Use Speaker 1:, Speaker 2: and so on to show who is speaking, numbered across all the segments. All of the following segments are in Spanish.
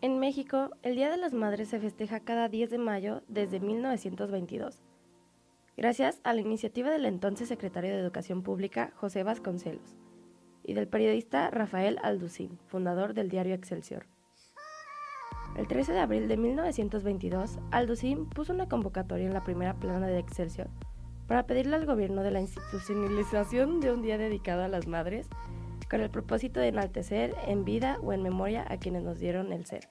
Speaker 1: En México, el Día de las Madres se festeja cada 10 de mayo desde 1922, gracias a la iniciativa del entonces secretario de Educación Pública, José Vasconcelos, y del periodista Rafael Alducín, fundador del diario Excelsior. El 13 de abril de 1922, Alducín puso una convocatoria en la primera plana de Excelsior para pedirle al gobierno de la institucionalización de un día dedicado a las madres con el propósito de enaltecer en vida o en memoria a quienes nos dieron el ser.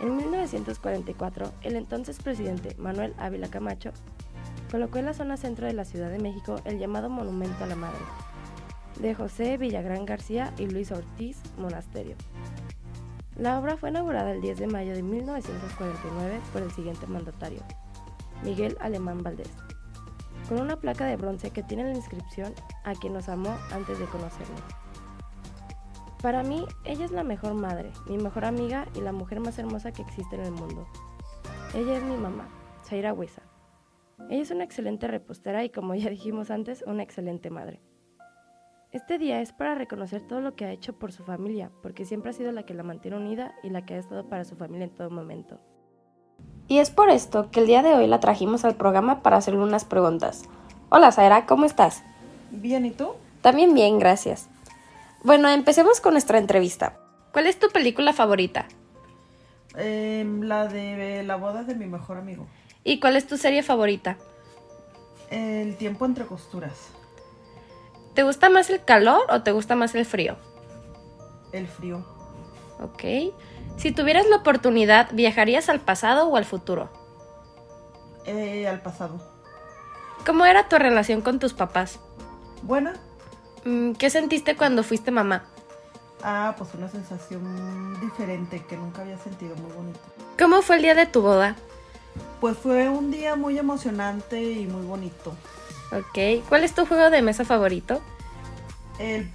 Speaker 1: En 1944, el entonces presidente Manuel Ávila Camacho colocó en la zona centro de la Ciudad de México el llamado Monumento a la Madre, de José Villagrán García y Luis Ortiz Monasterio. La obra fue inaugurada el 10 de mayo de 1949 por el siguiente mandatario, Miguel Alemán Valdés, con una placa de bronce que tiene la inscripción a quien nos amó antes de conocernos. Para mí, ella es la mejor madre, mi mejor amiga y la mujer más hermosa que existe en el mundo. Ella es mi mamá, Zaira Huesa. Ella es una excelente repostera y como ya dijimos antes, una excelente madre. Este día es para reconocer todo lo que ha hecho por su familia, porque siempre ha sido la que la mantiene unida y la que ha estado para su familia en todo momento.
Speaker 2: Y es por esto que el día de hoy la trajimos al programa para hacerle unas preguntas. Hola Zaira, ¿cómo estás?
Speaker 3: Bien, ¿y tú?
Speaker 2: También bien, gracias. Bueno, empecemos con nuestra entrevista. ¿Cuál es tu película favorita?
Speaker 3: Eh, la de la boda de mi mejor amigo.
Speaker 2: ¿Y cuál es tu serie favorita?
Speaker 3: El tiempo entre costuras.
Speaker 2: ¿Te gusta más el calor o te gusta más el frío?
Speaker 3: El frío.
Speaker 2: Ok. Si tuvieras la oportunidad, ¿viajarías al pasado o al futuro?
Speaker 3: Eh, al pasado.
Speaker 2: ¿Cómo era tu relación con tus papás?
Speaker 3: Buena.
Speaker 2: Mm, ¿Qué sentiste cuando fuiste mamá?
Speaker 3: Ah, pues una sensación diferente que nunca había sentido, muy bonito.
Speaker 2: ¿Cómo fue el día de tu boda?
Speaker 3: Pues fue un día muy emocionante y muy bonito.
Speaker 2: Ok. ¿Cuál es tu juego de mesa favorito?
Speaker 3: El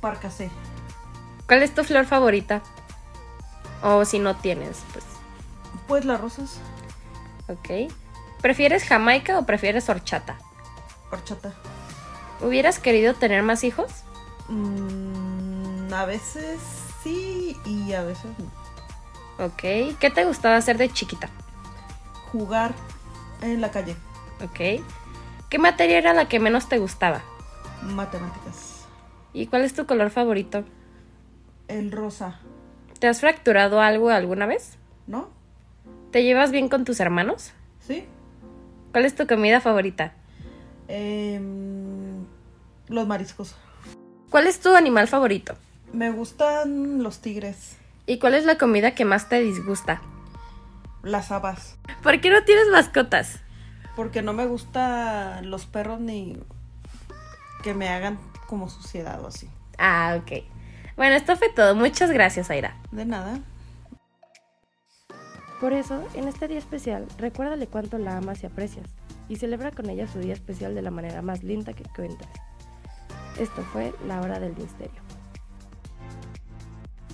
Speaker 3: parcasé.
Speaker 2: ¿Cuál es tu flor favorita? O si no tienes, pues.
Speaker 3: Pues las rosas,
Speaker 2: Ok. ¿Prefieres Jamaica o prefieres horchata?
Speaker 3: horchata.
Speaker 2: ¿Hubieras querido tener más hijos?
Speaker 3: Mm, a veces sí y a veces no.
Speaker 2: Ok. ¿Qué te gustaba hacer de chiquita?
Speaker 3: Jugar en la calle.
Speaker 2: Ok. ¿Qué materia era la que menos te gustaba?
Speaker 3: Matemáticas.
Speaker 2: ¿Y cuál es tu color favorito?
Speaker 3: El rosa,
Speaker 2: ¿Te has fracturado algo alguna vez?
Speaker 3: ¿no?
Speaker 2: ¿Te llevas bien con tus hermanos?
Speaker 3: ¿Sí?
Speaker 2: ¿Cuál es tu comida favorita?
Speaker 3: Em, los mariscos.
Speaker 2: ¿Cuál es tu animal favorito?
Speaker 3: Me gustan los tigres,
Speaker 2: ¿Y cuál es la comida que más te disgusta?
Speaker 3: las habas,
Speaker 2: ¿Por qué no tienes mascotas?
Speaker 3: porque no me gustan los perros ni que me hagan como suciedad o así.
Speaker 2: Ah, ok. Bueno, esto fue todo. Muchas gracias, Aira.
Speaker 3: De nada.
Speaker 1: Por eso, en este día especial, recuérdale cuánto la amas y aprecias, y celebra con ella su día especial de la manera más linda que encuentres. Esto fue La Hora del Misterio.